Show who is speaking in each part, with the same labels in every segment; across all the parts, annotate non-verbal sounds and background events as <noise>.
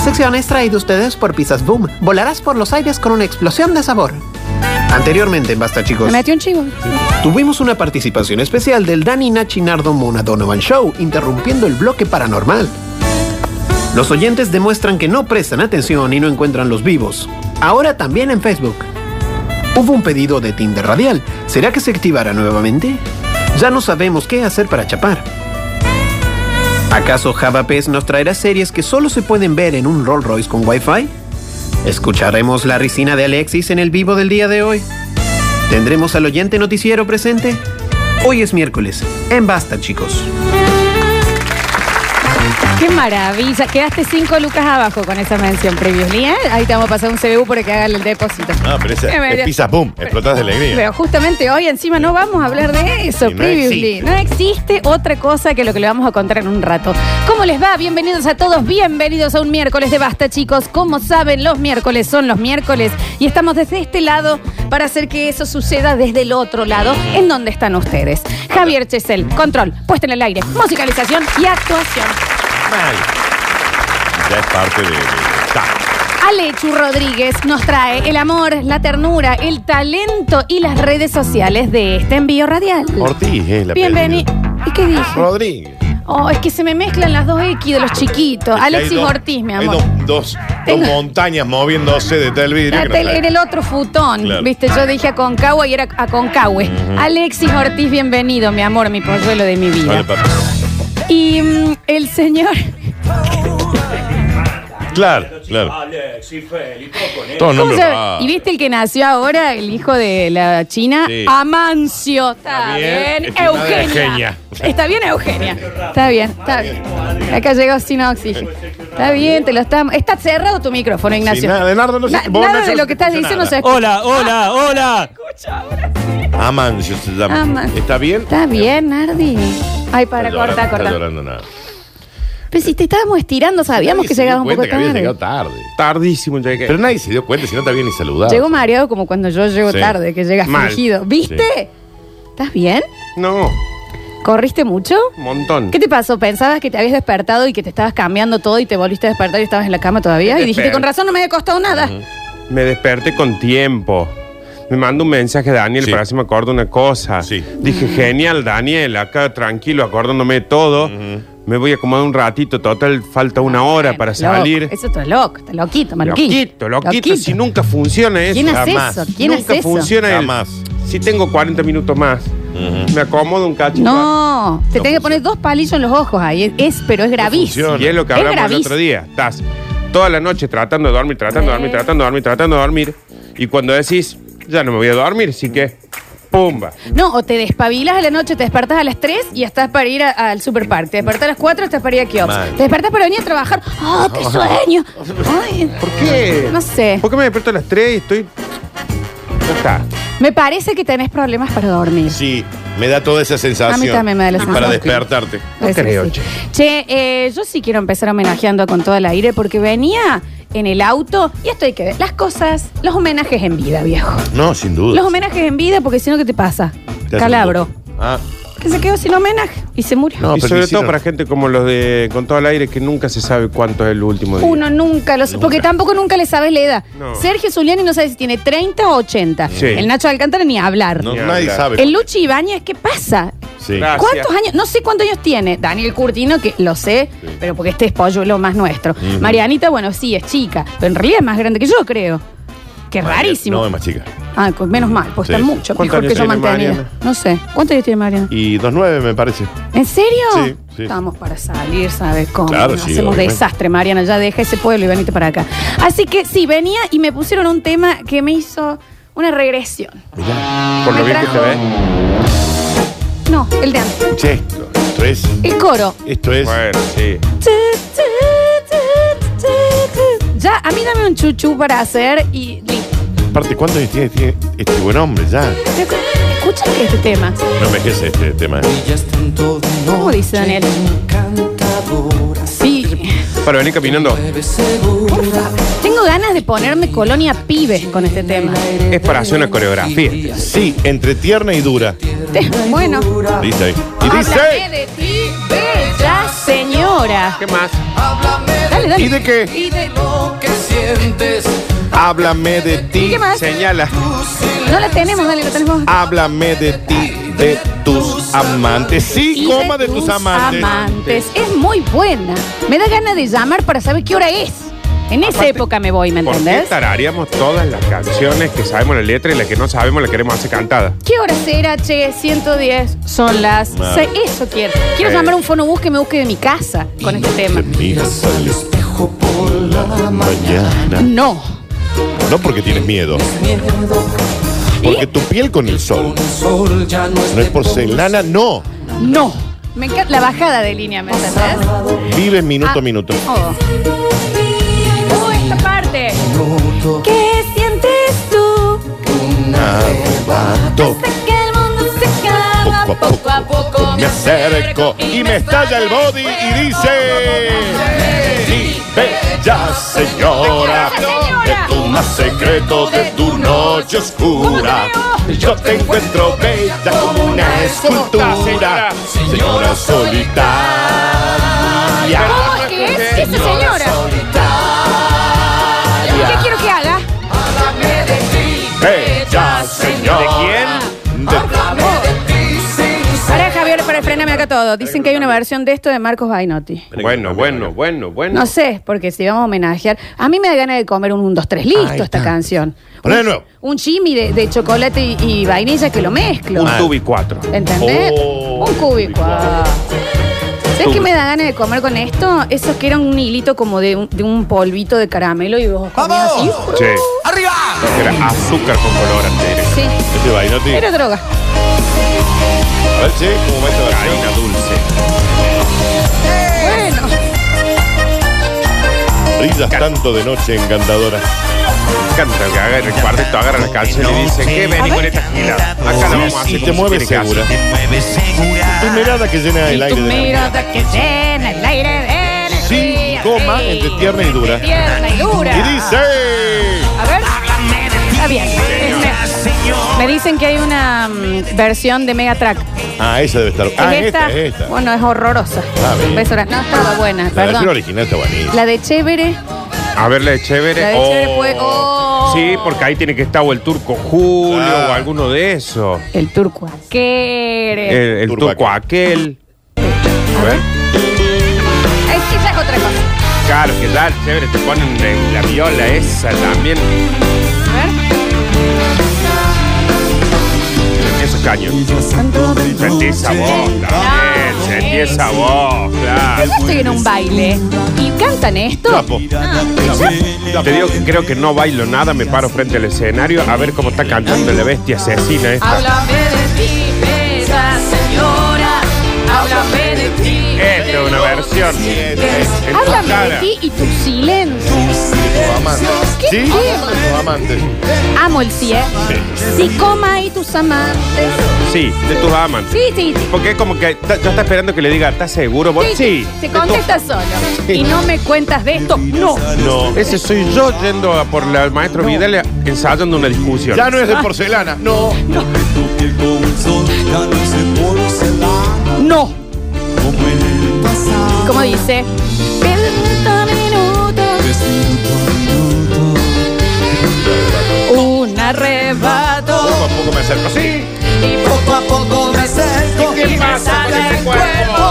Speaker 1: sección es traída ustedes por Pizzas Boom. Volarás por los aires con una explosión de sabor. Anteriormente en Basta Chicos.
Speaker 2: Me metió un chivo.
Speaker 1: Tuvimos una participación especial del Dani Nachinardo Mona Donovan Show, interrumpiendo el bloque paranormal. Los oyentes demuestran que no prestan atención y no encuentran los vivos. Ahora también en Facebook. Hubo un pedido de Tinder Radial. ¿Será que se activará nuevamente? Ya no sabemos qué hacer para chapar. ¿Acaso JavaPes nos traerá series que solo se pueden ver en un Rolls Royce con Wi-Fi? ¿Escucharemos la ricina de Alexis en el vivo del día de hoy? ¿Tendremos al oyente noticiero presente? Hoy es miércoles. En basta, chicos.
Speaker 2: Qué maravilla. Quedaste cinco lucas abajo con esa mención previously, ¿eh? Ahí te vamos a pasar un CBU para que hagan el depósito.
Speaker 3: No, pero esa,
Speaker 2: Eh,
Speaker 3: es
Speaker 2: María.
Speaker 3: pizza, pum, Ah, explotas de alegría.
Speaker 2: Pero justamente hoy encima no vamos a hablar de eso,
Speaker 3: Y no
Speaker 2: previously.
Speaker 3: existe.
Speaker 2: No existe otra cosa que lo que le vamos a contar en un rato. ¿Cómo les va? Bienvenidos a todos, bienvenidos a un miércoles de Basta, chicos. Como saben, los miércoles son los miércoles y estamos desde este lado para hacer que eso suceda desde el otro lado, en donde están ustedes. Javier Chesel, control, puesta en el aire, musicalización y actuación.
Speaker 3: Mal. Ya es parte de. de- de- ta.
Speaker 2: Alechu Rodríguez nos trae el amor, la ternura, el talento y las redes sociales de este envío radial.
Speaker 3: Ortiz es la
Speaker 2: Bienvenido. ¿Y qué dije?
Speaker 3: Rodríguez.
Speaker 2: Oh, es que se me mezclan las dos X de los chiquitos.
Speaker 3: Es que hay
Speaker 2: Alexis
Speaker 3: dos-
Speaker 2: Ortiz, mi
Speaker 3: hay
Speaker 2: amor.
Speaker 3: dos, dos- dos
Speaker 2: Tengo-
Speaker 3: montañas moviéndose de tal vidrio.
Speaker 2: La
Speaker 3: que no
Speaker 2: tele
Speaker 3: sabe.
Speaker 2: era el otro futón,
Speaker 3: Claro.
Speaker 2: viste, yo dije Aconcagua y era Aconcagüe. Alexis Ortiz, bienvenido, mi amor, mi polluelo de mi vida.
Speaker 3: Vale, papá.
Speaker 2: Y mm, el señor,
Speaker 3: Claro, claro. Todo
Speaker 2: ¿cómo
Speaker 3: nombre
Speaker 2: se llama?
Speaker 3: raro.
Speaker 2: ¿Y viste el que nació ahora, el hijo de la China?
Speaker 3: Sí.
Speaker 2: Amancio, está
Speaker 3: Está bien,
Speaker 2: bien,
Speaker 3: es una de
Speaker 2: Eugenia.
Speaker 3: Eugenia.
Speaker 2: Está bien, Eugenia. Está bien, está bien. Acá llegó sin oxígeno. Está bien, te lo estamos. Está cerrado tu micrófono, Ignacio.
Speaker 3: Sí, nada, de Nardo no se-
Speaker 2: Na-
Speaker 3: vos,
Speaker 2: nada
Speaker 3: Nacho,
Speaker 2: de lo
Speaker 3: no se
Speaker 2: que estás
Speaker 3: escucha
Speaker 2: diciendo se
Speaker 3: nada.
Speaker 2: escucha.
Speaker 4: Hola, hola, hola.
Speaker 3: Amancio se llama.
Speaker 2: Amancio.
Speaker 3: ¿Está bien?
Speaker 2: Está bien, Nardi. Ay, para,
Speaker 3: Está llorando,
Speaker 2: corta,
Speaker 3: Está
Speaker 2: corta.
Speaker 3: llorando nada.
Speaker 2: Pero si te estábamos estirando, sabíamos
Speaker 3: Nadie
Speaker 2: que
Speaker 3: se dio
Speaker 2: llegabas un
Speaker 3: cuenta
Speaker 2: poco
Speaker 3: que había llegado
Speaker 2: tarde.
Speaker 3: tarde. Tardísimo llegué. Pero nadie se dio cuenta si no te había ni saludado.
Speaker 2: Llegó mareado como cuando yo llego
Speaker 3: Sí.
Speaker 2: tarde, que llegas
Speaker 5: Mal.
Speaker 2: fingido. ¿Viste? ¿Estás bien?
Speaker 5: No,
Speaker 2: ¿Corriste mucho?
Speaker 5: un montón.
Speaker 2: ¿Qué te pasó? ¿Pensabas que te habías despertado y que te estabas cambiando todo y te volviste a despertar y estabas en la cama todavía? Y dijiste,
Speaker 5: Desperté.
Speaker 2: con razón no me había costado nada.
Speaker 5: Me desperté con tiempo. Me manda un mensaje Daniel
Speaker 3: Sí.
Speaker 5: para ver si me acuerdo una cosa.
Speaker 3: Sí.
Speaker 5: Dije, genial, Daniel, acá tranquilo, acordándome de todo. Me voy a acomodar un ratito, total, falta una hora para
Speaker 2: Ah, Loco,
Speaker 5: salir.
Speaker 2: Eso está loco, está loquito, maluquín.
Speaker 5: Loquito, loquito, si nunca funciona eso.
Speaker 2: ¿Quién hace
Speaker 3: jamás.
Speaker 2: eso? ¿Quién
Speaker 5: nunca
Speaker 2: hace eso?
Speaker 5: funciona el-
Speaker 3: Jamás.
Speaker 5: Si tengo 40 minutos más, me acomodo un cachito.
Speaker 2: No, te
Speaker 3: No
Speaker 2: tenés que poner dos palillos en los ojos ahí. Es, pero es gravísimo.
Speaker 3: funciona.
Speaker 5: Y es lo que
Speaker 2: Es
Speaker 5: hablamos el
Speaker 2: gravísimo.
Speaker 5: otro día. Estás toda la noche tratando de dormir, tratando de dormir,
Speaker 2: Sí.
Speaker 5: tratando de dormir, tratando de dormir. Y cuando decís, ya no me voy a dormir, así que, ¡pumba!
Speaker 2: No, o te despabilas a la noche, te despertás a las 3 y estás para ir a- al superpark. Te despertás a las 4, estás para ir a Kiosk.
Speaker 3: Mal.
Speaker 2: Te despertás para venir a trabajar. ¡Ah,
Speaker 5: <laughs>
Speaker 2: qué sueño! Ay,
Speaker 5: ¿Por qué?
Speaker 2: no sé.
Speaker 5: ¿Por qué me despierto a las 3 y estoy.? Ya está.
Speaker 2: Me parece que tenés problemas para dormir.
Speaker 3: Sí, me da toda esa sensación.
Speaker 2: A mí también me da la
Speaker 3: Y
Speaker 2: sensación.
Speaker 3: Para despertarte.
Speaker 5: No
Speaker 2: Parece que
Speaker 5: creo,
Speaker 2: sí. Che, eh, yo sí quiero empezar homenajeando a con todo el aire porque venía en el auto y esto hay que ver. Las cosas, los homenajes en vida, viejo.
Speaker 3: No, sin duda.
Speaker 2: Los homenajes en vida porque si no, ¿qué te pasa?
Speaker 3: Te hace
Speaker 2: Calabro.
Speaker 3: un poco. Ah,
Speaker 2: Que se quedó sin homenaje y se murió.
Speaker 3: No,
Speaker 5: y
Speaker 3: pero
Speaker 5: sobre
Speaker 3: le hicieron-
Speaker 5: todo para gente como los de Con todo el aire, que nunca se sabe cuánto es el último día.
Speaker 2: Uno nunca lo sabe, porque tampoco nunca le sabes la edad.
Speaker 5: No.
Speaker 2: Sergio Zuliani no sabe si tiene 30 o 80.
Speaker 5: Sí.
Speaker 2: El Nacho Alcántara ni hablar.
Speaker 3: no,
Speaker 5: Ni
Speaker 3: nadie
Speaker 5: hablar.
Speaker 3: sabe.
Speaker 2: El Luchi Ibáñez, ¿qué pasa?
Speaker 3: Sí.
Speaker 5: Gracias.
Speaker 2: ¿Cuántos años? No sé cuántos años tiene. Daniel Curtino, que lo sé, pero porque este es pollo lo más nuestro. Marianita, bueno, sí, es chica, pero en realidad es más grande que yo, creo. Qué rarísimo.
Speaker 3: No, es más chica.
Speaker 2: Ah, con- menos mal, pues
Speaker 3: Sí.
Speaker 2: está mucho
Speaker 5: ¿Cuántos
Speaker 2: mejor que
Speaker 5: años
Speaker 2: yo
Speaker 5: tiene
Speaker 2: mantenida.
Speaker 5: Mariana?
Speaker 2: No sé. ¿Cuántos años tiene Mariana?
Speaker 3: Y 2.9 me parece.
Speaker 2: ¿En serio?
Speaker 3: Sí, sí.
Speaker 2: Estamos para salir, ¿sabes cómo?
Speaker 3: Claro,
Speaker 2: No
Speaker 3: sí,
Speaker 2: hacemos
Speaker 3: obviamente.
Speaker 2: desastre, Mariana. Ya deja ese pueblo y venite para acá. Así que sí, venía y me pusieron un tema que me hizo una regresión.
Speaker 5: Por lo ¿eh?
Speaker 2: Me
Speaker 5: bien que se
Speaker 2: trajo-
Speaker 5: ve.
Speaker 2: No, el de antes.
Speaker 3: Che, esto, esto es.
Speaker 2: El coro.
Speaker 3: Esto es.
Speaker 5: Bueno, sí.
Speaker 2: Ya, a mí dame un chuchu para hacer y listo.
Speaker 3: Aparte, ¿cuántos años tiene, tiene este buen hombre ya?
Speaker 2: Escucha este tema.
Speaker 3: No envejece este tema.
Speaker 2: ¿Cómo dice Daniel? Sí.
Speaker 5: Para venir caminando.
Speaker 2: Tengo ganas de ponerme colonia pibe con este tema.
Speaker 5: Es para hacer una coreografía.
Speaker 3: Sí, entre tierna y dura.
Speaker 2: Te- <laughs> Bueno,
Speaker 3: Dice ahí. Y
Speaker 2: háblame
Speaker 3: dice.
Speaker 2: de ti, bella señora.
Speaker 5: ¿Qué más?
Speaker 2: Dale, dale.
Speaker 3: ¿Y de qué?
Speaker 2: Y de-
Speaker 3: Háblame de
Speaker 2: ¿Y
Speaker 3: ti.
Speaker 2: qué más?
Speaker 5: Señala.
Speaker 2: No la tenemos, dale, la tenemos.
Speaker 3: Háblame de ti, de tus amantes. Sí,
Speaker 2: Y
Speaker 3: coma de tus amantes.
Speaker 2: amantes. Es muy buena. Me da ganas de llamar para saber qué hora es. En esa
Speaker 5: Aparte,
Speaker 2: época me voy, ¿me
Speaker 5: ¿Por qué
Speaker 2: entendés?
Speaker 5: tararíamos todas las canciones que sabemos la letra y las que no sabemos la queremos hacer cantada?
Speaker 2: ¿Qué hora será, che? 110. Son las
Speaker 3: Mal.
Speaker 2: seis. Eso quiero. Quiero
Speaker 3: Eh.
Speaker 5: Sí.
Speaker 2: llamar a un fonobús que me busque de mi casa con este tema.
Speaker 3: Miras al espejo por la mañana.
Speaker 2: No.
Speaker 3: No porque tienes miedo. Porque tu piel con el sol no es porcelana, no.
Speaker 2: No. Me encanta la bajada de línea, ¿me entendés?
Speaker 3: Vives minuto a
Speaker 2: Ah,
Speaker 3: minuto.
Speaker 2: todo. Oh, esta parte. ¿Qué sientes tú?
Speaker 3: Arrebato.
Speaker 2: Que el mundo se acaba
Speaker 3: Poco a poco, me acerco y me estalla el body y dice Sí, bella señora de tu más secreto de tu noche oscura yo te encuentro bella como una escultura señora solitaria
Speaker 2: ¿Cómo es que es esa señora? ¿Qué quiero que haga?
Speaker 3: bella señora de
Speaker 2: Para Javier, para frename acá todo. Dicen que hay una versión de esto de Marcos Bainotti.
Speaker 5: Bueno, bueno, bueno, bueno.
Speaker 2: No sé, porque si vamos a homenajear. A mí me da ganas de comer un 1, 2, 3 listo esta canción.
Speaker 3: Poné de nuevo.
Speaker 2: Un chimi de, de chocolate y, y vainilla que lo mezclo.
Speaker 5: Un tubi 4.
Speaker 2: ¿Entendés?
Speaker 3: Oh,
Speaker 2: un cúbico.
Speaker 3: cúbico.
Speaker 2: ¿Sabes qué me da ganas de comer con esto? Esos que eran un hilito como de un, de un polvito de caramelo y vos comías así.
Speaker 5: Sí. ¡Arriba! Era azúcar con colorante.
Speaker 2: Sí,
Speaker 3: este bailoti
Speaker 2: era droga.
Speaker 3: a ver che cómo va esta versión.
Speaker 5: Harina dulce.
Speaker 2: Bueno.
Speaker 3: brillas tanto de noche encantadora
Speaker 5: Me encanta que haga el cuartito, agarra la canción y dice, ¿qué vení con esta gilada? Acá la vamos a hacer
Speaker 3: y te
Speaker 5: como
Speaker 3: mueves
Speaker 5: tiene que
Speaker 3: segura
Speaker 5: hacer.
Speaker 3: tu mirada que llena el
Speaker 2: Y tu
Speaker 3: aire de la mañana.
Speaker 2: mirada que llena el aire de energía.
Speaker 3: Sí, coma,
Speaker 2: Sí,
Speaker 3: entre tierna y dura.
Speaker 2: entre tierna y dura.
Speaker 3: Y dice.
Speaker 2: A ver. Está bien. Este, Me dicen que hay una mm, versión de Megatrack.
Speaker 3: Ah, esa debe estar. Ah, esta, es esta.
Speaker 2: Bueno, es horrorosa.
Speaker 3: Ah, bien.
Speaker 2: Beso grande. No estaba buena,
Speaker 3: La versión
Speaker 2: perdón.
Speaker 3: original está buenísima.
Speaker 2: La de Chévere.
Speaker 5: A ver, la de chévere.
Speaker 2: La de chévere fue- oh.
Speaker 5: Sí, porque ahí tiene que estar o el turco Julio
Speaker 3: Ah.
Speaker 5: o alguno de esos.
Speaker 2: El turco
Speaker 5: El,
Speaker 2: aquere.
Speaker 5: el
Speaker 3: Turco
Speaker 5: turco aquel. A ver.
Speaker 2: Ay, sí, ya es otra cosa.
Speaker 5: Claro, que tal, chévere, te ponen de la viola esa también.
Speaker 2: A ver.
Speaker 5: Esos caños. Sentí esa voz también, sentí esa voz, claro.
Speaker 2: Yo estoy en un baile y cantan esto.
Speaker 3: Capo.
Speaker 5: Te digo que creo que no bailo nada, me paro frente al escenario a ver cómo está cantando la bestia asesina esta.
Speaker 2: Háblame de ti, bella señora. Háblame de ti.
Speaker 5: Esta Este es una versión. en
Speaker 2: Háblame de
Speaker 5: cara.
Speaker 2: ti y tu silencio.
Speaker 3: Los amantes.
Speaker 2: ¿Qué
Speaker 3: ¿Sí?
Speaker 2: tema?
Speaker 3: Los amantes.
Speaker 2: Amo el cielo. Si coma y tus amantes.
Speaker 5: Sí, de tus amantes.
Speaker 2: Sí, sí, sí.
Speaker 5: Porque es como que ta- yo está esperando que le diga, ¿estás seguro? vos?" Sí.
Speaker 2: Se contesta solo. Y no me cuentas de esto. No.
Speaker 3: No.
Speaker 5: Ese soy yo yendo a por la- el maestro Vidal ensayando una discusión.
Speaker 3: Ya no es de porcelana. No.
Speaker 2: No. Como dice. Un arrebato.
Speaker 3: Poco a poco me acerco. Sí.
Speaker 2: Y poco a poco me acerco.
Speaker 5: ¿Qué pasa con ese cuerpo?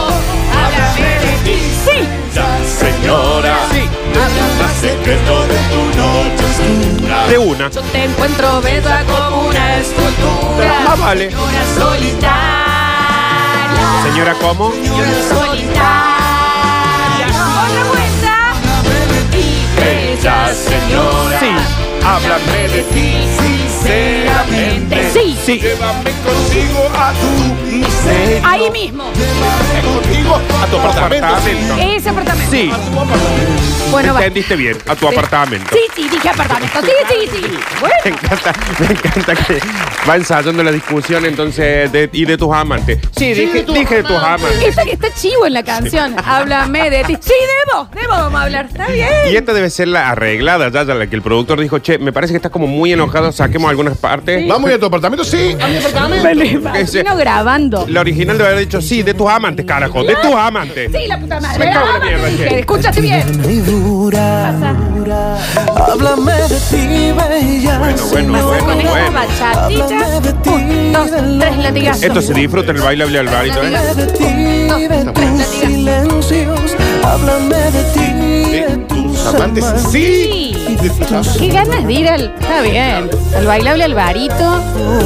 Speaker 2: Sí.
Speaker 3: La señora. Sí. secreto de tu noche oscura.
Speaker 5: De una.
Speaker 2: Yo te encuentro bella como una escultura.
Speaker 5: Ah, vale.
Speaker 2: Señora solitaria.
Speaker 5: Señora, ¿cómo?
Speaker 2: Señora solitaria. Otra vuelta. Y bella señora.
Speaker 3: Háblame de ti
Speaker 2: Sinceramente. Sí.
Speaker 5: Sí.
Speaker 3: Llévame contigo a tu miseria.
Speaker 2: Ahí mismo.
Speaker 3: Contigo a tu apartamento.
Speaker 5: Apartamento.
Speaker 3: sí.
Speaker 2: Ese apartamento.
Speaker 5: Sí,
Speaker 3: A tu apartamento.
Speaker 2: Bueno, va.
Speaker 5: entendiste bien, a tu apartamento.
Speaker 2: Sí, sí, dije apartamento. Sí, sí, sí.
Speaker 5: <laughs> Me
Speaker 2: Bueno.
Speaker 5: encanta, me encanta que va ensayando la discusión entonces de- y de tus amantes. Sí, dije,
Speaker 3: de tus
Speaker 5: dije de tus amantes.
Speaker 2: Esa que está chivo en la canción. Háblame de ti. Sí, de vos. De vos vamos a hablar. Está
Speaker 5: Y este
Speaker 2: bien.
Speaker 5: esta debe ser la arreglada, ya, ya, la que el productor dijo, che, me parece que estás como muy enojado, saquemos algunas partes.
Speaker 3: Vamos a ir a tu apartamento, sí. A mi apartamento.
Speaker 2: Vino grabando.
Speaker 5: La original debe haber dicho, sí, de tus amantes, carajo, de tus amantes.
Speaker 2: Sí, la puta madre.
Speaker 5: Me cago en la
Speaker 2: Ah,
Speaker 5: mierda,
Speaker 2: dije,
Speaker 5: che.
Speaker 2: Escuchaste bien.
Speaker 4: Tierna y dura.
Speaker 2: Pasa.
Speaker 4: Háblame de ti, bella.
Speaker 5: Bueno, bueno,
Speaker 4: señora.
Speaker 5: bueno,
Speaker 2: Con esta
Speaker 5: bueno.
Speaker 2: bachatita. Un, dos, tres latigazos.
Speaker 5: Esto se disfruta en el bailable al barito, ¿eh?
Speaker 4: Háblame de ti, de tus silencios. Háblame de ti, de tus
Speaker 3: Amantes,
Speaker 4: amantes.
Speaker 3: sí.
Speaker 2: Sí. Qué ganas de ir al. Está bien. Al bailable al barito.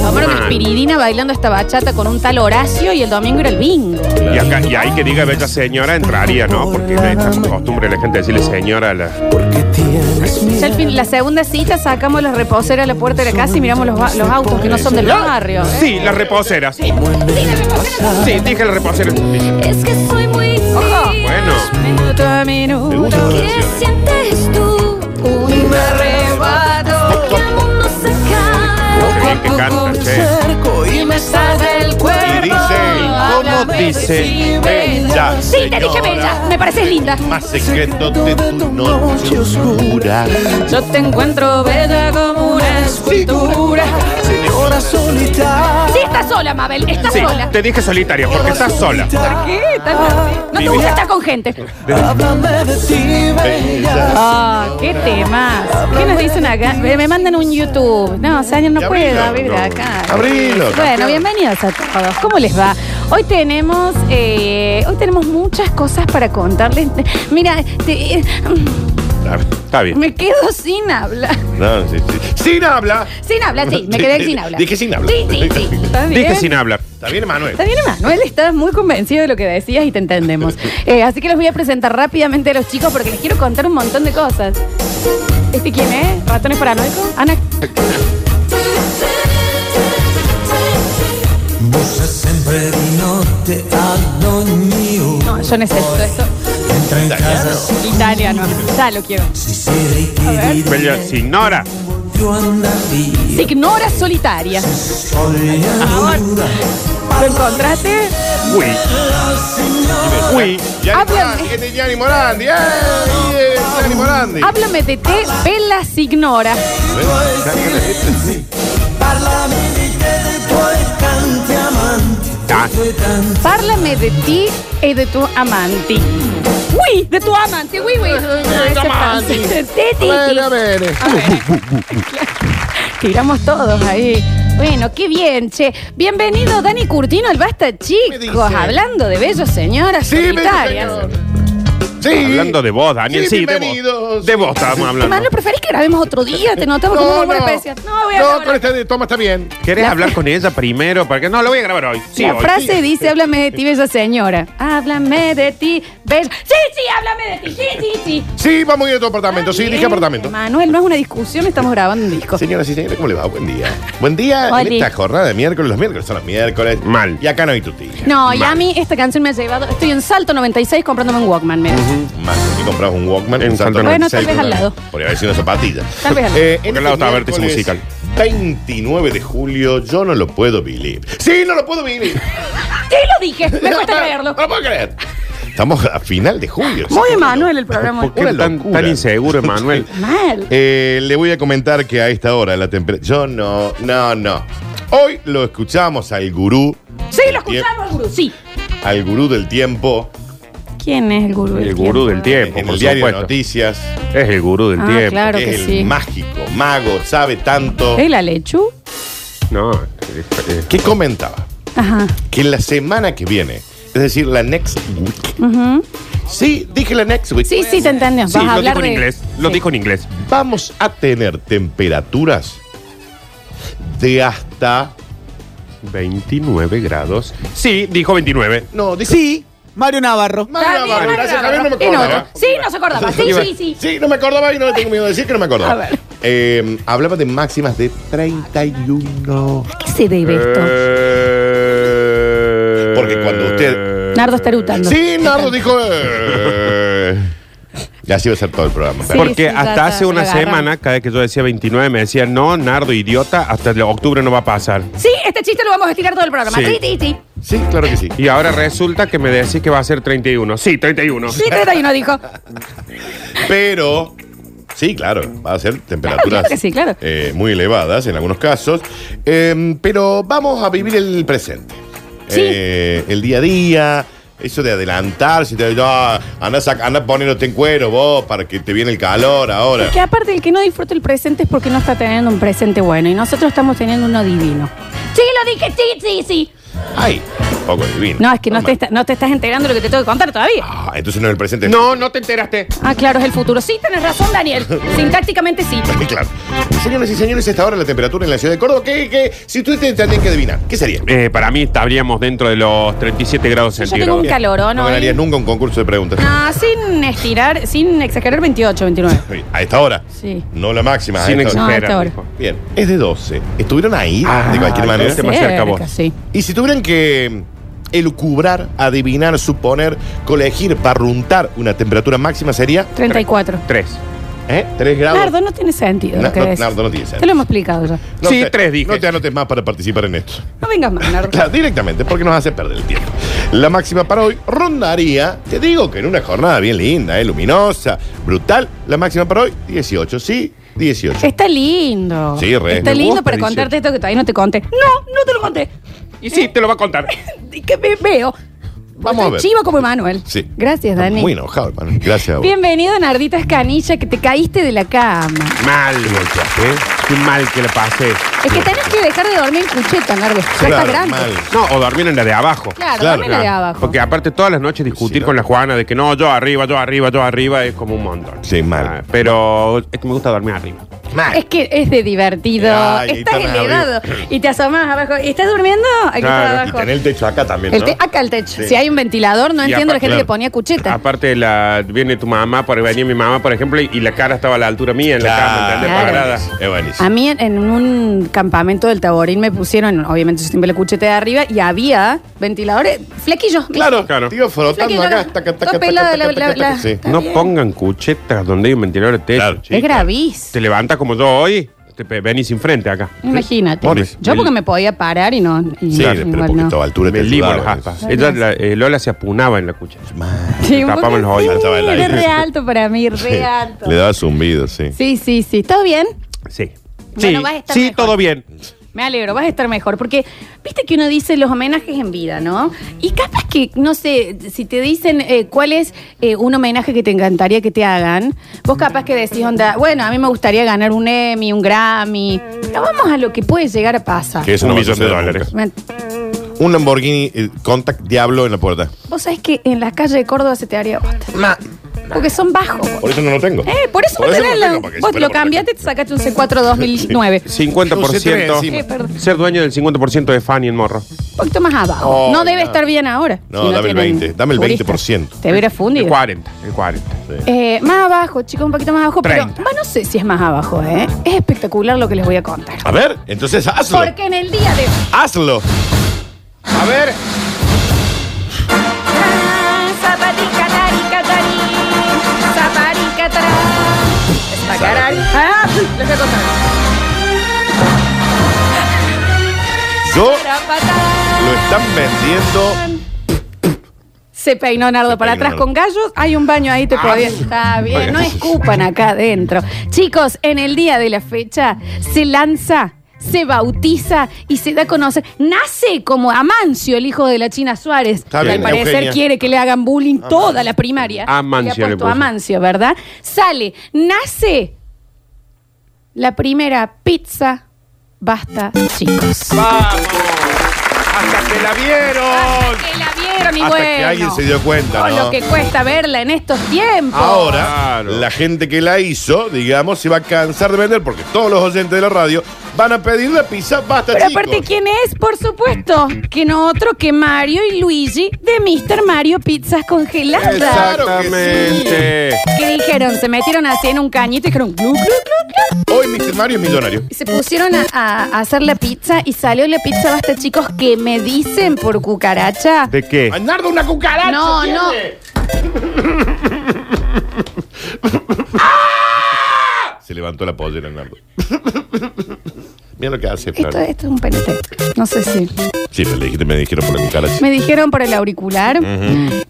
Speaker 2: Tomar una
Speaker 5: Ah.
Speaker 2: espiridina bailando esta bachata con un tal Horacio y el domingo era el bingo.
Speaker 5: Y, acá, y ahí que diga bella señora entraría, ¿no? Porque está por costumbre la gente decirle señora a la...
Speaker 4: Porque tienes
Speaker 2: Ya al
Speaker 4: miedo.
Speaker 2: fin, la segunda cita sacamos los reposeros a la puerta de la casa y miramos los, ba- los autos que no son del barrio. ¿eh?
Speaker 5: Sí, la reposera. ¿eh? Sí, dije la reposera.
Speaker 6: Es que soy muy
Speaker 2: Ojo.
Speaker 5: Bueno,
Speaker 2: Minuto a minuto.
Speaker 3: Me gusta esta
Speaker 6: ¿Qué
Speaker 3: canción.
Speaker 6: sientes tú?
Speaker 2: Un arrebato.
Speaker 6: Que el mundo se cae.
Speaker 5: qué bien que canta, che.
Speaker 4: Cerco y me
Speaker 2: Sale el cuerpo.
Speaker 3: Y dice,
Speaker 5: ¿cómo dice?
Speaker 3: Bella
Speaker 2: Sí, te dije
Speaker 3: señora.
Speaker 2: bella. Me pareces linda.
Speaker 3: Más secreto de tu noche oscura.
Speaker 2: Yo te encuentro bella como una escultura.
Speaker 4: Señora solitaria.
Speaker 2: Sí, estás sola, Mabel. Estás
Speaker 5: Sí,
Speaker 2: sola.
Speaker 5: te dije solitaria porque estás sola.
Speaker 2: ¿Por qué? Estás- No te gusta estar con gente.
Speaker 4: Háblame de ti, bella.
Speaker 2: Ah, qué temas. ¿Qué nos dicen acá? Me me mandan un YouTube. No, Sáñez, no
Speaker 3: Ya
Speaker 2: puedo
Speaker 3: abrilo,
Speaker 2: abrir
Speaker 5: no.
Speaker 2: acá.
Speaker 3: Abrilo,
Speaker 2: Bueno,
Speaker 3: campeón.
Speaker 2: bienvenidos a todos. ¿Cómo les va? Hoy tenemos, eh, hoy tenemos muchas cosas para contarles. Mira, te- eh,
Speaker 5: Está bien.
Speaker 2: me quedo sin habla.
Speaker 3: No, sí, sí. Sin habla.
Speaker 2: Sin habla, sí, me quedé sin habla.
Speaker 3: Dije sin habla.
Speaker 2: Sí, sí, sí. Está bien.
Speaker 5: Dije sin hablar.
Speaker 3: Está bien, Manuel.
Speaker 2: Está bien, Emanuel, estás muy convencido de lo que decías y te entendemos. Eh, así que los voy a presentar rápidamente a los chicos porque les quiero contar un montón de cosas. ¿Este quién es? ¿Ratones paranoicos? Ana.
Speaker 4: Busca sempre di notte ad ogni ora.
Speaker 2: No, yo necesito esto.
Speaker 4: Entra in casa
Speaker 2: Italiano. Ya lo quiero.
Speaker 4: se sei
Speaker 2: ver.
Speaker 4: che ridi
Speaker 5: Bella signora.
Speaker 4: più anda via.
Speaker 2: Signora solitaria.
Speaker 4: Soglia dura.
Speaker 2: ¿Lo encontraste?
Speaker 5: Uy. Uy.
Speaker 3: Yanni
Speaker 2: Háblame.
Speaker 3: Morandi, es de Gianni Morandi. ¡eh! Es
Speaker 2: Ah,
Speaker 3: de Gianni Morandi.
Speaker 2: Háblame de te, Bella Signora.
Speaker 4: Parlami di te, dei tuoi tanti amanti.
Speaker 5: Ah,
Speaker 4: Tuoi tanti.
Speaker 2: Párlame de ti y de tu amante. ¡Uy! De tu amante, uy, uy. Ese
Speaker 3: amante.
Speaker 2: francés. De ti.
Speaker 3: A ver, a ver.
Speaker 2: A ver. <laughs> Tiramos todos ahí. Bueno, qué bien, che. Bienvenido, Dani Curtino, el Basta
Speaker 3: Me dice.
Speaker 2: Chicos. Hablando de bellos señoras
Speaker 3: Sí, me
Speaker 2: solitarias.
Speaker 3: Sí.
Speaker 5: Hablando de vos, Daniel. Sí, de vos. De vos estábamos hablando.
Speaker 2: Manu, ¿preferís que grabemos otro día? Te notamos como
Speaker 3: No,
Speaker 2: una buena
Speaker 3: no.
Speaker 2: especie. No, voy a
Speaker 3: No,
Speaker 2: grabar.
Speaker 3: con este de toma está bien.
Speaker 5: ¿Querés hablar con ella primero? Para que no, lo voy a grabar hoy. Sí,
Speaker 2: La
Speaker 5: hoy.
Speaker 2: frase dice, háblame de ti, bella señora. Háblame de ti, bella... Sí, sí, háblame de ti, sí, sí, sí.
Speaker 3: Sí, vamos a ir a tu apartamento. Sí,
Speaker 2: Bien.
Speaker 3: dije apartamento.
Speaker 2: Manuel, no es una discusión, estamos grabando un disco.
Speaker 3: Señoras y señores, ¿cómo le va? Buen día. Buen día en
Speaker 2: Oli.
Speaker 3: esta jornada de miércoles. Los miércoles son los miércoles.
Speaker 5: Mal.
Speaker 3: Y acá no hay tutilla.
Speaker 2: No, y a mí esta canción me ha llevado... Estoy en Salto 96 comprándome un Walkman, mira.
Speaker 3: Mal. Si compras un Walkman,
Speaker 5: En
Speaker 3: un
Speaker 5: Salto
Speaker 3: Salto
Speaker 5: Bueno,
Speaker 3: 96,
Speaker 2: tal vez al lado.
Speaker 3: Podría haber sido una zapatilla.
Speaker 2: Tal vez al lado.
Speaker 3: Eh, en
Speaker 5: Porque al lado
Speaker 3: este
Speaker 5: está Vértice
Speaker 3: miércoles,
Speaker 5: Musical.
Speaker 3: 29 de julio, yo no lo puedo vivir. Sí, no lo puedo vivir.
Speaker 2: Sí, lo dije, me cuesta creerlo.
Speaker 3: <laughs> No lo puedo creer. Estamos a final de julio.
Speaker 2: Muy
Speaker 3: sí,
Speaker 2: Emanuel el programa.
Speaker 5: ¿Por qué
Speaker 3: Una
Speaker 5: tan,
Speaker 3: locura.
Speaker 5: tan inseguro, Manuel?
Speaker 3: <laughs>
Speaker 2: Mal.
Speaker 3: Eh, le voy a comentar que a esta hora la temperatura. Yo no, no, no. Hoy lo escuchamos al gurú,
Speaker 2: Sí, lo escuchamos, gurú, sí.
Speaker 3: al gurú del tiempo,
Speaker 2: ¿Quién es el gurú? del
Speaker 5: El gurú
Speaker 2: tiempo?
Speaker 5: del tiempo,
Speaker 3: en
Speaker 5: por
Speaker 3: el diario de
Speaker 5: supuesto.
Speaker 3: noticias,
Speaker 5: Es el gurú del
Speaker 2: Ah,
Speaker 5: tiempo.
Speaker 2: claro.
Speaker 3: que
Speaker 2: que
Speaker 3: es el
Speaker 2: sí.
Speaker 3: mágico, mago, sabe tanto.
Speaker 2: ¿Es la lechu?
Speaker 5: No. eh, eh,
Speaker 3: Que comentaba
Speaker 2: Ajá.
Speaker 3: que la semana que viene, es decir, la next week. Sí, dije la next week.
Speaker 2: Sí, sí, te entendió.
Speaker 5: Sí,
Speaker 2: Vas a
Speaker 5: lo
Speaker 2: hablar
Speaker 5: dijo en
Speaker 2: de-
Speaker 5: inglés. Lo
Speaker 2: Sí.
Speaker 5: dijo en inglés.
Speaker 3: Vamos a tener temperaturas de hasta.
Speaker 5: 29 grados. Sí, dijo 29.
Speaker 3: No, dije.
Speaker 7: Sí, Mario Navarro.
Speaker 3: Mario
Speaker 2: Está bien,
Speaker 3: Navarro,
Speaker 2: Mario
Speaker 3: gracias,
Speaker 2: Navarro.
Speaker 3: Javier, no me
Speaker 2: Y no,
Speaker 3: acordaba.
Speaker 2: Sí, no se acordaba. Sí, sí, sí.
Speaker 3: Sí, no me acordaba y no le tengo miedo de decir que no me acordaba.
Speaker 2: <laughs> A ver.
Speaker 3: eh, hablaba de máximas de 31.
Speaker 2: ¿A qué se debe esto?
Speaker 5: Eh,
Speaker 3: Porque cuando usted-
Speaker 2: Nardo está erutando.
Speaker 3: Sí, Nardo dijo. eh. Y así va a ser todo el programa.
Speaker 2: Sí.
Speaker 5: Porque hasta
Speaker 2: ya
Speaker 5: hace
Speaker 2: está,
Speaker 5: una
Speaker 2: me agarran.
Speaker 5: semana, cada vez que yo decía 29, me decían, no, Nardo, idiota, hasta el octubre no va a pasar.
Speaker 2: Sí, este chiste lo vamos a estirar todo el programa.
Speaker 5: Sí.
Speaker 2: Sí, sí, sí.
Speaker 3: Sí, claro que sí.
Speaker 5: Y ahora resulta que me decís que va a ser 31. Sí, 31.
Speaker 2: Sí, 31
Speaker 5: <laughs>
Speaker 2: dijo.
Speaker 3: Pero. Sí, claro, va a ser temperaturas
Speaker 2: claro que sí, claro.
Speaker 3: eh, muy elevadas en algunos casos. Eh, pero vamos a vivir el presente.
Speaker 2: Sí.
Speaker 3: Eh, el día a día, eso de adelantarse, de, "Ah, anda, sac- anda poniéndote en cuero vos para que te viene el calor ahora.
Speaker 2: Que aparte el que no disfruta el presente es porque no está teniendo un presente bueno y nosotros estamos teniendo uno divino. Sí, lo dije, sí, sí, sí.
Speaker 3: Ay, un poco divino.
Speaker 2: No, es que no, te,
Speaker 3: Toma.
Speaker 2: está- no te estás enterando de lo que te tengo que contar todavía.
Speaker 3: Ah, entonces no es el presente.
Speaker 5: No, no te enteraste.
Speaker 2: Ah, claro, es el futuro. Sí, tenés razón, Daniel. Sintácticamente sí.
Speaker 3: Claro. Señoras y señores, esta hora la temperatura en la ciudad de Córdoba, ¿qué, qué? si ustedes te- tendrían que adivinar, ¿qué sería?
Speaker 5: Eh, para mí estaríamos dentro de los 37 grados
Speaker 2: Yo ya tengo un
Speaker 5: centígrados.
Speaker 2: calorón
Speaker 3: No
Speaker 2: hoy.
Speaker 3: ganarías nunca un concurso de preguntas.
Speaker 2: Ah, sin estirar, sin exagerar, 28, 29.
Speaker 3: A esta hora.
Speaker 2: Sí.
Speaker 3: No la máxima. a
Speaker 5: Sin
Speaker 3: esta hora.
Speaker 2: No, hasta
Speaker 5: exagerar.
Speaker 2: ahora.
Speaker 5: dijo.
Speaker 3: Bien, es de 12. ¿Estuvieron ahí
Speaker 5: Ah,
Speaker 3: de cualquier manera?
Speaker 5: este más cerca vos.
Speaker 2: sí.
Speaker 3: Y si tuvieran que elucubrar, adivinar, suponer, colegir, parruntar una temperatura máxima sería
Speaker 2: 34.
Speaker 5: Tres.
Speaker 3: ¿eh? 3 grados.
Speaker 2: Nardo, no tiene sentido.
Speaker 3: Na-
Speaker 2: lo que
Speaker 3: no-
Speaker 2: decís.
Speaker 3: Nardo, no tiene sentido.
Speaker 2: Te lo hemos explicado ya.
Speaker 3: No
Speaker 5: Sí,
Speaker 3: te-
Speaker 5: tres dije.
Speaker 3: No te anotes más para participar en esto.
Speaker 2: No vengas más, Nardo.
Speaker 3: <laughs> Claro, directamente, porque nos hace perder el tiempo. La máxima para hoy rondaría, te digo que en una jornada bien linda, eh, luminosa, brutal, la máxima para hoy 18, sí, 18.
Speaker 2: Está lindo.
Speaker 3: Sí, re.
Speaker 2: Está
Speaker 3: Me
Speaker 2: lindo
Speaker 5: gusta,
Speaker 2: para
Speaker 5: dice.
Speaker 2: contarte esto que todavía no te conté. No, no te lo conté.
Speaker 5: Y sí, te lo va
Speaker 2: <laughs>
Speaker 5: a contar.
Speaker 2: Y que me veo.
Speaker 3: Vamos a ver.
Speaker 2: Chivo como Emanuel.
Speaker 3: Sí.
Speaker 2: Gracias,
Speaker 3: Está
Speaker 2: Dani.
Speaker 3: Muy enojado, hermano. Gracias a vos.
Speaker 2: Bienvenido, Nardita Escanilla, que te caíste de la cama.
Speaker 5: Mal, ¿eh? Qué mal que le pasé.
Speaker 2: Es que tenés que dejar de dormir en cucheta, Nardo. Ya
Speaker 3: Claro,
Speaker 2: estás grande.
Speaker 3: mal.
Speaker 5: No, o dormir en la de abajo.
Speaker 2: Claro,
Speaker 3: Claro,
Speaker 2: dormí en la de
Speaker 5: Claro.
Speaker 2: abajo.
Speaker 5: Porque aparte todas las noches discutir
Speaker 3: Sí,
Speaker 5: con
Speaker 3: no.
Speaker 5: la Juana de que no, yo arriba, yo arriba, yo arriba es como un montón.
Speaker 3: Sí, mal.
Speaker 5: Ah, pero es que me gusta dormir arriba.
Speaker 2: Es que es de divertido.
Speaker 3: Ay, ahí
Speaker 2: estás
Speaker 3: está
Speaker 2: elevado. Y te asomás abajo. ¿Y estás durmiendo? Aquí
Speaker 5: Claro,
Speaker 2: está
Speaker 3: Y
Speaker 2: abajo.
Speaker 3: tener el techo acá también,
Speaker 2: El
Speaker 3: ¿no?
Speaker 2: te- acá el techo.
Speaker 3: Sí.
Speaker 2: Si hay un ventilador, no
Speaker 5: Y
Speaker 2: entiendo la
Speaker 5: aparte-
Speaker 2: gente
Speaker 5: claro.
Speaker 2: que ponía cucheta.
Speaker 5: Aparte la, viene tu mamá, por venía mi mamá, por ejemplo, y, y la cara estaba a la altura mía en la cama,
Speaker 3: Claro,
Speaker 5: ¿entendés?
Speaker 2: Claro.
Speaker 5: Parada.
Speaker 3: Es buenísimo.
Speaker 2: A mí en, en un campamento del Taborín me pusieron, obviamente yo siempre la cucheta de arriba, y había ventiladores, flequillos.
Speaker 3: Claro,
Speaker 5: Claro.
Speaker 3: Tío,
Speaker 2: Flaquillo,
Speaker 3: frotando acá.
Speaker 2: no.
Speaker 3: taca, taca,
Speaker 2: Todo
Speaker 3: taca,
Speaker 2: pelado,
Speaker 3: taca,
Speaker 2: la-
Speaker 3: taca,
Speaker 2: la-
Speaker 3: taca,
Speaker 2: la-
Speaker 3: sí.
Speaker 2: Está
Speaker 5: No
Speaker 2: bien.
Speaker 5: pongan cuchetas donde hay un ventilador de techo.
Speaker 3: Claro,
Speaker 2: es
Speaker 3: sí,
Speaker 5: Te
Speaker 2: gravísimo.
Speaker 5: levantas como yo hoy, te pe- venís sin frente acá.
Speaker 2: Imagínate.
Speaker 5: Morris.
Speaker 2: Yo porque me podía parar y no. y
Speaker 3: Sí,
Speaker 2: no,
Speaker 3: pero
Speaker 2: igual
Speaker 3: porque
Speaker 2: no.
Speaker 3: tu altura este
Speaker 5: Me
Speaker 3: te
Speaker 5: limo
Speaker 3: ayudaba
Speaker 5: las
Speaker 3: en eso.
Speaker 5: aspas. Ella, la- eh, Lola se apunaba en la cucheta.
Speaker 2: Sí, un poco
Speaker 5: tapaban los
Speaker 2: sí,
Speaker 5: oídos,
Speaker 3: estaba el aire.
Speaker 2: era re alto para mí,
Speaker 3: <laughs>
Speaker 2: re alto.
Speaker 3: Le daba zumbido, sí.
Speaker 2: Sí, sí, sí. ¿Todo bien?
Speaker 5: Sí.
Speaker 2: Bueno,
Speaker 5: sí,
Speaker 2: vas a estar
Speaker 5: sí,
Speaker 2: mejor.
Speaker 5: todo bien.
Speaker 2: Me alegro, vas a estar mejor. Porque viste que uno dice los homenajes en vida, ¿no? Y capaz que, no sé, si te dicen eh, cuál es eh, un homenaje que te encantaría que te hagan, vos capaz que decís, onda, bueno, a mí me gustaría ganar un Emmy, un Grammy. Pero vamos a lo que puede llegar a pasar.
Speaker 3: Que eso
Speaker 5: Un
Speaker 3: no va a
Speaker 5: millón de
Speaker 3: suceder
Speaker 5: dólares.
Speaker 3: nunca.
Speaker 2: Man,
Speaker 3: Un Lamborghini eh, Contact Diablo en la puerta.
Speaker 2: Vos sabés que en las calles de Córdoba se te haría bosta. Porque son bajos.
Speaker 3: Por eso no lo tengo.
Speaker 2: Eh, por eso no
Speaker 3: no
Speaker 2: tenés la-
Speaker 3: tengo, porque
Speaker 2: Vos
Speaker 3: si
Speaker 2: lo
Speaker 3: fuera por
Speaker 2: cambiaste, te sacaste un C4 2009.
Speaker 3: Un
Speaker 5: 50%.
Speaker 3: C3
Speaker 2: Eh, perdón.
Speaker 5: Ser dueño del 50% de Fanny en morro.
Speaker 2: Un poquito más abajo.
Speaker 3: Oh,
Speaker 2: no debe
Speaker 3: no.
Speaker 2: estar bien ahora.
Speaker 3: No,
Speaker 2: si
Speaker 3: dame el
Speaker 2: tienen
Speaker 3: 20, dame el
Speaker 2: turistas.
Speaker 3: 20%.
Speaker 2: Te hubiera
Speaker 5: El
Speaker 2: fundido.
Speaker 5: 40, el 40.
Speaker 2: Eh, más abajo, chicos, un poquito más abajo. Pero
Speaker 5: 30.
Speaker 2: bah, no sé si es más abajo, ¿eh? Es espectacular lo que les voy a contar.
Speaker 3: acá. A ver, entonces hazlo.
Speaker 2: Porque en el día de
Speaker 3: Hazlo.
Speaker 5: A ver.
Speaker 2: Ah, les voy a contar.
Speaker 3: Yo
Speaker 2: Zapatán.
Speaker 3: lo están vendiendo.
Speaker 2: Se peinó Nardo para
Speaker 3: peinó
Speaker 2: atrás
Speaker 3: Nardo. Ah.
Speaker 2: con gallos. Hay un baño ahí, te podías. Está bien, no escupan acá adentro. Chicos, en el día de la fecha se lanza, se bautiza y se da a conocer. Nace como Amancio, el hijo de la China Suárez.
Speaker 3: Está
Speaker 2: que
Speaker 3: bien,
Speaker 2: al parecer
Speaker 3: Eugenia.
Speaker 2: quiere que le hagan bullying toda la primaria. Le
Speaker 5: Amancio
Speaker 2: ha puesto
Speaker 5: le puso.
Speaker 2: Amancio, ¿verdad? Sale, nace la primera pizza. Basta, chicos.
Speaker 5: ¡Vamos! ¡Hasta que la vieron!
Speaker 2: Ah, Que la vieron y
Speaker 3: Hasta
Speaker 2: bueno.
Speaker 3: que alguien se dio cuenta,
Speaker 2: Con
Speaker 3: ¿no?
Speaker 2: lo que cuesta verla en estos tiempos.
Speaker 3: Ahora,
Speaker 5: Claro.
Speaker 3: la gente que la hizo, digamos, se va a cansar de vender porque todos los oyentes de la radio Van a pedir la pizza, basta,
Speaker 2: Pero
Speaker 3: chicos.
Speaker 2: aparte, ¿quién es? Por supuesto, que no otro que Mario y Luigi de Mr. Mario Pizzas Congeladas.
Speaker 3: Exacto.
Speaker 5: Exactamente.
Speaker 2: ¿Qué dijeron? Se metieron así en un cañito y dijeron glu, glu, glu, glu.
Speaker 3: Hoy Mr. Mario es millonario.
Speaker 2: Y se pusieron a, a- a hacer la pizza y salió la pizza basta, chicos, que me dicen por cucaracha.
Speaker 5: ¿De qué?
Speaker 3: ¡Anardo, una cucaracha!
Speaker 2: No,
Speaker 3: tiene!
Speaker 2: no.
Speaker 3: <laughs> Se levantó la pollera, Nardo. Mira lo que hace,
Speaker 2: Esto,
Speaker 3: Flor.
Speaker 2: esto es un penete. No sé si.
Speaker 3: Sí, me, dijiste, me dijeron por la cucaracha.
Speaker 2: Me dijeron por el auricular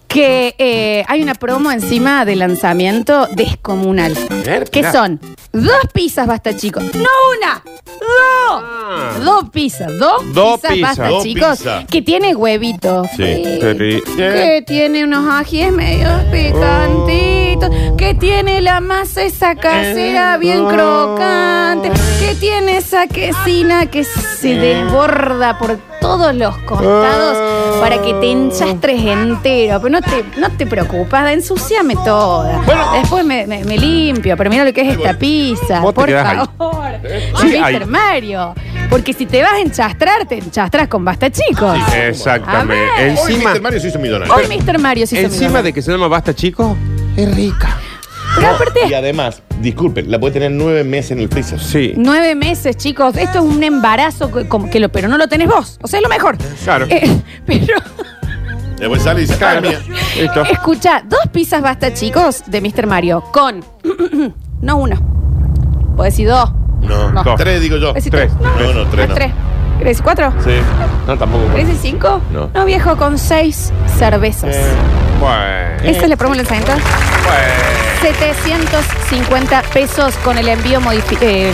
Speaker 2: que eh, hay una promo encima de lanzamiento descomunal.
Speaker 5: Ver,
Speaker 2: que
Speaker 5: mirá.
Speaker 2: son dos pizzas basta chicos. No una, dos. Dos pizzas, dos,
Speaker 5: Dos
Speaker 2: pizzas,
Speaker 5: pizzas,
Speaker 2: basta
Speaker 3: dos
Speaker 2: chicos.
Speaker 3: pizzas.
Speaker 2: Que tiene huevito.
Speaker 3: Sí,
Speaker 2: frito,
Speaker 5: qué rico.
Speaker 2: Que tiene unos ajíes medio picantitos. Que tiene la masa esa casera bien
Speaker 5: Oh.
Speaker 2: crocante. Que tiene esa quesina que se desborda por todos los costados
Speaker 5: Oh.
Speaker 2: para que te enchastres entero. Pero no te, no te preocupas, ensuciame toda. Después me, me- me limpio, pero mira lo que es esta pizza.
Speaker 5: Vos te
Speaker 2: Por
Speaker 5: quedás ahí.
Speaker 2: favor.
Speaker 5: Sí,
Speaker 2: Mister
Speaker 5: ahí.
Speaker 2: Mario. Porque si te vas a enchastrar, te enchastras con basta, chicos.
Speaker 5: eh,
Speaker 2: A
Speaker 5: Exactamente.
Speaker 2: ver.
Speaker 3: Hoy
Speaker 5: Encima,
Speaker 3: Mr. Mario se hizo millonario.
Speaker 2: Hoy Mr. Mario sí se
Speaker 5: encima
Speaker 2: me
Speaker 5: de que se llama Basta Chico, es rica.
Speaker 2: Pero aparte,
Speaker 3: Y además, disculpen, la puede tener nueve meses en el freezer.
Speaker 5: Sí.
Speaker 2: Nueve meses, chicos. Esto es un embarazo, que, como que lo, pero no lo tenés vos. O sea, es lo mejor.
Speaker 5: Claro.
Speaker 2: Eh, pero,
Speaker 3: Después sale y dice, "Ah, mía".
Speaker 5: Listo.
Speaker 2: escucha, dos pizzas basta, chicos, de Mr. Mario. Con, <clears throat> no uno. Puedes decir dos.
Speaker 3: No,
Speaker 2: No.
Speaker 3: tres digo yo.
Speaker 2: Puedes decir
Speaker 5: Tres.
Speaker 2: No,
Speaker 3: No, no, tres
Speaker 2: no,
Speaker 3: no.
Speaker 2: tres. ¿Querés decir cuatro?
Speaker 3: Sí. No, tampoco.
Speaker 2: ¿Querés decir cinco?
Speaker 3: No.
Speaker 2: viejo, con seis cervezas.
Speaker 5: Eh, Bueno.
Speaker 2: Esa es la promo lanzamiento. 750 pesos con el envío modifi- eh,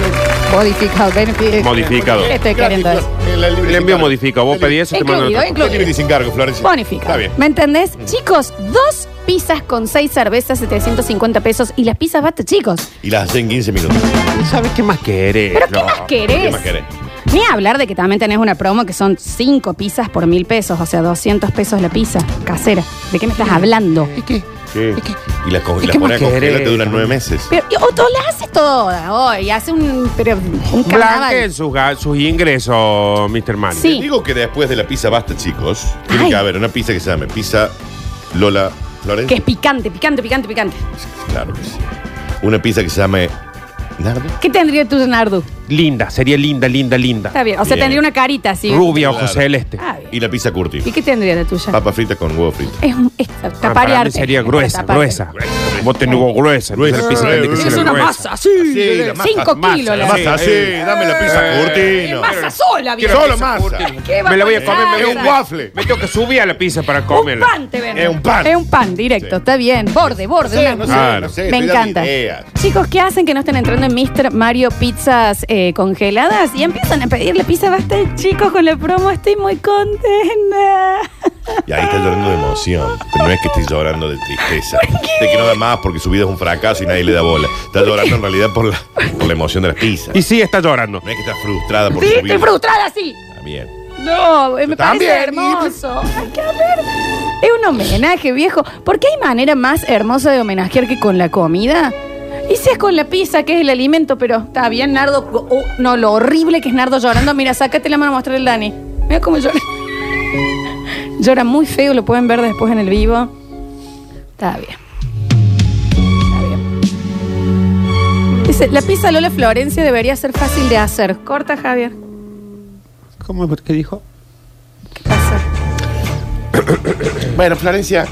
Speaker 2: modificado. eh, benefi-
Speaker 5: Modificado.
Speaker 2: ¿Qué estoy queriendo decir?
Speaker 5: El envío modificado. Vos pedís eso, te mandan
Speaker 2: Incluido,
Speaker 5: otro.
Speaker 3: No tiene
Speaker 2: incluido.
Speaker 3: ni sin cargo, Florencia.
Speaker 2: Bonifica.
Speaker 3: Está bien.
Speaker 2: ¿Me entendés? Chicos, dos pizzas con seis cervezas, 750 pesos. Y las pizzas basta, chicos.
Speaker 3: Y las hacen en 15 minutos.
Speaker 5: ¿Sabes qué más querés?
Speaker 2: ¿Pero qué
Speaker 5: No.
Speaker 2: más querés?
Speaker 3: ¿Qué más querés?
Speaker 2: Ni hablar de que también tenés una promo que son cinco pizzas por mil pesos, o sea, 200 pesos la pizza casera. ¿De qué me estás hablando?
Speaker 3: Y las, co- y
Speaker 5: ¿Y
Speaker 3: las
Speaker 5: qué
Speaker 3: pones a
Speaker 5: más querés?
Speaker 3: congelar, te duran nueve meses.
Speaker 2: Pero, y- o tú la haces toda hoy, hace un, pero, un
Speaker 5: Blanque en
Speaker 2: carnaval.
Speaker 5: sus, ga- sus ingresos, Mr. Mario.
Speaker 2: Sí.
Speaker 3: Digo que después de la pizza basta, chicos. Tiene
Speaker 2: Ay.
Speaker 3: que haber una pizza que se llame Pizza
Speaker 2: Que
Speaker 3: Lola
Speaker 2: es
Speaker 3: Florencia.
Speaker 2: picante, picante, picante, picante.
Speaker 3: Claro que sí. Una pizza que se llame. Nardo.
Speaker 2: ¿Qué tendría tú, Nardu?
Speaker 5: Linda, sería linda, linda, linda.
Speaker 2: Está bien. O sea,
Speaker 3: Bien.
Speaker 2: tendría una carita así.
Speaker 5: Rubia, ojo
Speaker 3: Claro.
Speaker 5: celeste.
Speaker 2: Ah, bien.
Speaker 3: Y la pizza Curti.
Speaker 2: ¿Y qué tendría la tuya?
Speaker 3: Papa frita con huevo frito.
Speaker 2: Es un. Es,
Speaker 5: Ah,
Speaker 2: tapar y
Speaker 5: para mí
Speaker 2: arte.
Speaker 5: sería
Speaker 2: Es
Speaker 5: gruesa,
Speaker 2: tapar y
Speaker 5: gruesa.
Speaker 2: arte.
Speaker 5: Vos tenés huevo gruesa. entonces
Speaker 3: Gruesa,
Speaker 5: la pizza tiene que
Speaker 3: gruesa.
Speaker 5: ser
Speaker 2: Es una
Speaker 5: gruesa.
Speaker 2: masa, sí.
Speaker 3: Sí, la masa,
Speaker 2: Cinco
Speaker 5: masa,
Speaker 2: kilos
Speaker 3: La
Speaker 2: la
Speaker 5: Sí,
Speaker 3: masa, sí,
Speaker 5: eh.
Speaker 3: dame la pizza Curti.
Speaker 2: Eh,
Speaker 3: no.
Speaker 2: masa sola, viejo.
Speaker 3: Solo masa.
Speaker 2: ¿Qué va
Speaker 5: Me la voy a
Speaker 2: pasar?
Speaker 5: comer, me
Speaker 3: Es
Speaker 5: voy
Speaker 3: un
Speaker 5: a-
Speaker 3: waffle.
Speaker 5: Me tengo que subir a la pizza para
Speaker 2: Un
Speaker 5: comerla.
Speaker 2: pan te venden.
Speaker 3: Es un pan.
Speaker 2: Es un pan, directo.
Speaker 3: Sí.
Speaker 2: Está bien. Borde, borde. una-
Speaker 3: Ah, No sé,
Speaker 5: Claro.
Speaker 3: no sé,
Speaker 2: Me
Speaker 3: estoy dando
Speaker 2: encanta.
Speaker 3: ideas.
Speaker 2: Chicos, ¿qué hacen que no estén entrando en Mr. Mario Pizzas eh, congeladas? Y empiezan a pedirle pizza basta, chicos, con la promo. Estoy muy contenta.
Speaker 3: Y ahí está llorando de emoción. Pero no es que estés llorando de tristeza. De que no da más porque su vida es un fracaso y nadie le da bola. Está llorando en realidad por la, por la emoción de las pizzas.
Speaker 5: Y sí, está llorando.
Speaker 3: No es que está frustrada por
Speaker 2: Sí,
Speaker 3: su vida.
Speaker 2: estoy frustrada, sí.
Speaker 3: Está bien.
Speaker 2: No, eh, me
Speaker 3: También,
Speaker 2: parece hermoso. Hay que haber. Es un homenaje, viejo. ¿Por qué hay manera más hermosa de homenajear que con la comida? Y si es con la pizza, que es el alimento, pero está bien, Nardo. Oh, no, lo horrible que es Nardo llorando. Mira, sácate la mano a mostrar el Dani. Mira cómo llora. Llora muy feo, lo pueden ver después en el vivo. Está bien. Está bien. Dice, la pizza Lola Florencia debería ser fácil de hacer. Corta, Javier.
Speaker 5: ¿Cómo? ¿Qué dijo?
Speaker 2: ¿Qué pasa?
Speaker 3: Bueno, Florencia.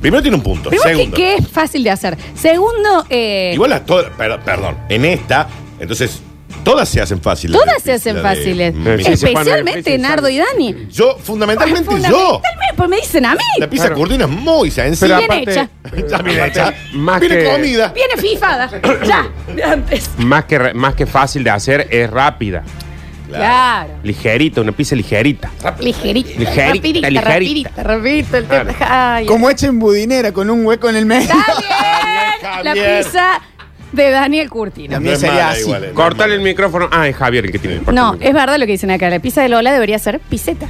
Speaker 3: Primero tiene un punto.
Speaker 2: Primero que,
Speaker 3: Segundo.
Speaker 2: que es fácil de hacer. Segundo, eh,
Speaker 3: Igual las todas. per- perdón. En esta, entonces, todas se hacen fáciles.
Speaker 2: todas
Speaker 3: La
Speaker 2: se
Speaker 3: de-
Speaker 2: hacen
Speaker 3: la de-
Speaker 2: fáciles.
Speaker 3: Mm,
Speaker 5: Eh, sí, se ponen
Speaker 2: Especialmente
Speaker 5: difíciles.
Speaker 2: Nardo y Dani.
Speaker 3: Yo, fundamentalmente, yo.
Speaker 2: Fundamentalmente, pues me dicen a mí.
Speaker 3: La pizza
Speaker 5: Claro.
Speaker 3: cortina es muy
Speaker 5: Pero
Speaker 3: sencilla. <laughs>
Speaker 2: Bien
Speaker 5: aparte-
Speaker 2: hecha.
Speaker 3: Está bien hecha.
Speaker 5: Más
Speaker 3: Viene
Speaker 5: que-
Speaker 3: comida.
Speaker 2: Viene <laughs> fifada. ya, de antes.
Speaker 5: Más que, re- más que fácil de hacer, es rápida.
Speaker 2: Claro.
Speaker 5: Ligerita, una pizza ligerita.
Speaker 2: Ligerita.
Speaker 5: Ligerita,
Speaker 2: rapidita,
Speaker 5: ligerita.
Speaker 2: rapidita, rapidito el tema. Ay,
Speaker 7: Como hecha en budinera con un hueco en el medio.
Speaker 3: <laughs>
Speaker 2: Está bien. La
Speaker 3: Javier.
Speaker 2: pizza de Daniel Curtino.
Speaker 7: También
Speaker 3: es
Speaker 7: sería
Speaker 3: mala
Speaker 7: así.
Speaker 3: igual, eh, no es
Speaker 5: Cortale el
Speaker 3: mala.
Speaker 5: micrófono. Ah, es Javier el que tiene. el corte.
Speaker 2: No, es verdad lo que dicen acá. La pizza de Lola debería ser piseta.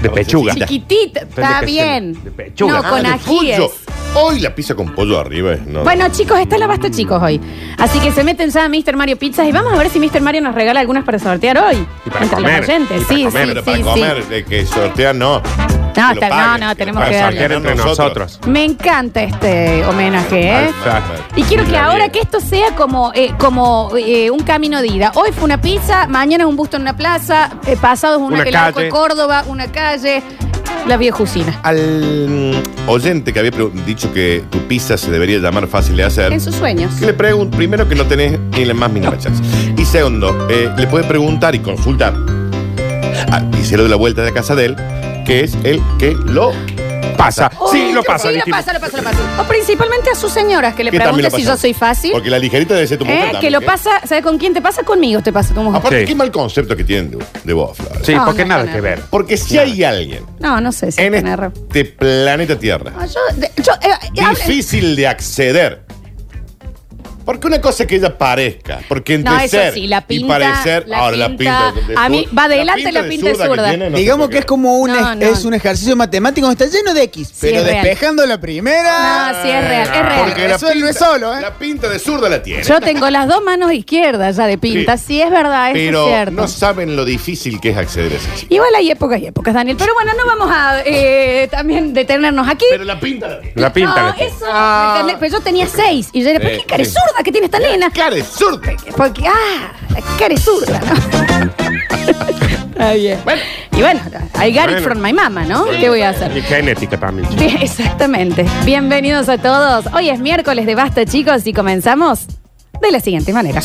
Speaker 5: De pechuga.
Speaker 2: Chiquitita. Está
Speaker 5: Tendría que ser
Speaker 2: bien.
Speaker 5: de pechuga.
Speaker 2: No, con
Speaker 3: Ah, de
Speaker 2: ajíes.
Speaker 3: pollo. Hoy la pizza con pollo arriba es. No.
Speaker 2: Bueno, chicos, está la basta, chicos, hoy. Así que se meten ya a Mr. Mario Pizzas y vamos a ver si Mr. Mario nos regala algunas para sortear hoy.
Speaker 5: Y para
Speaker 2: entre
Speaker 5: comer,
Speaker 2: los oyentes.
Speaker 5: y para
Speaker 2: sí,
Speaker 5: comer,
Speaker 2: sí,
Speaker 3: Pero para
Speaker 2: sí,
Speaker 3: comer,
Speaker 2: sí.
Speaker 3: de que sortear no.
Speaker 2: No,
Speaker 3: Que lo
Speaker 2: está-
Speaker 3: paguen,
Speaker 2: no, no,
Speaker 3: que lo
Speaker 2: tenemos
Speaker 3: paguen.
Speaker 2: que darle.
Speaker 5: Sortear entre nosotros.
Speaker 2: Me encanta este homenaje, ¿eh?
Speaker 3: Mal, mal, mal.
Speaker 2: Y quiero que
Speaker 5: Está
Speaker 2: ahora
Speaker 5: bien.
Speaker 2: que esto sea como, eh, como eh, un camino de ida. Hoy fue una pizza, mañana es un busto en una plaza, eh, pasado es una,
Speaker 5: Una
Speaker 2: que la hago
Speaker 5: calle.
Speaker 2: en Córdoba, una calle, la viejucina.
Speaker 3: Al mm, oyente que había pre- dicho que tu pizza se debería llamar fácil de hacer.
Speaker 2: En sus sueños.
Speaker 3: Que le pregunto, primero que no tenés ni la más mínima chance. Y segundo, eh, le puedes preguntar y consultar al pizzero de la vuelta de casa de él, que es el que lo
Speaker 5: Pasa.
Speaker 2: Oh,
Speaker 5: sí, lo pasa,
Speaker 2: Sí, lo
Speaker 5: dijimos.
Speaker 2: pasa, lo pasa, lo pasa. O principalmente a sus señoras, que le
Speaker 3: que también
Speaker 2: pregunte
Speaker 3: lo
Speaker 2: si
Speaker 3: pasa.
Speaker 2: yo soy fácil.
Speaker 3: Porque la ligerita debe ser tu
Speaker 2: Eh,
Speaker 3: mujer. también,
Speaker 2: que lo
Speaker 3: ¿eh?
Speaker 2: pasa, ¿sabes con quién te pasa? Conmigo te pasa, como
Speaker 3: Aparte,
Speaker 5: Sí.
Speaker 3: qué mal concepto que tienen de, de vos, Flores.
Speaker 5: Sí,
Speaker 2: No,
Speaker 5: porque
Speaker 2: no,
Speaker 5: nada
Speaker 2: no,
Speaker 5: que
Speaker 2: no.
Speaker 5: ver.
Speaker 3: Porque si hay alguien
Speaker 2: No, no sé si
Speaker 3: Ah, en
Speaker 2: tener-
Speaker 3: este planeta Tierra
Speaker 2: No, yo, de- yo, eh, eh, hable-
Speaker 3: difícil de acceder. Porque una cosa es que ella parezca, porque entre
Speaker 2: No, eso
Speaker 3: ser
Speaker 2: sí, la pinta,
Speaker 3: y parecer,
Speaker 2: la pinta,
Speaker 3: ahora la pinta de
Speaker 2: a mí
Speaker 3: zurda-
Speaker 2: va adelante la pinta de
Speaker 3: que
Speaker 2: zurda.
Speaker 3: tiene, no sé
Speaker 7: Digamos
Speaker 3: por
Speaker 7: que
Speaker 3: qué.
Speaker 7: es como un,
Speaker 2: No,
Speaker 7: es-
Speaker 2: no.
Speaker 7: es un ejercicio matemático donde está lleno de X. pero
Speaker 2: es real.
Speaker 7: despejando la primera.
Speaker 2: No, sí, es real, es real.
Speaker 3: Porque la
Speaker 7: Eso no es solo, ¿eh?
Speaker 3: La pinta de zurda la tiene.
Speaker 2: yo tengo las dos manos izquierdas ya de pinta, sí, es verdad, eso
Speaker 3: pero
Speaker 2: es cierto.
Speaker 3: no saben lo difícil que es acceder a ese chico.
Speaker 2: Igual hay épocas y épocas, Daniel. Pero bueno, no vamos a eh, también detenernos aquí.
Speaker 3: Pero la pinta la tiene.
Speaker 5: La pinta.
Speaker 2: no,
Speaker 5: la tiene.
Speaker 2: eso. ¿me entendés? Pero yo tenía seis. Y yo era, ¿por qué
Speaker 3: Eh,
Speaker 2: cara
Speaker 3: sí.
Speaker 2: zurda que tiene esta nena?
Speaker 3: Claro, es zurda.
Speaker 2: Porque, ah, cara zurda,
Speaker 3: <laughs>
Speaker 2: ¿no? Está bien. Y bueno, I got it
Speaker 5: Bueno.
Speaker 2: from my mama, ¿no? ¿Qué voy a hacer?
Speaker 5: Y genética también. <laughs>
Speaker 2: Bien, exactamente. Bienvenidos a todos. Hoy es miércoles de Basta, chicos, y comenzamos de la siguiente manera.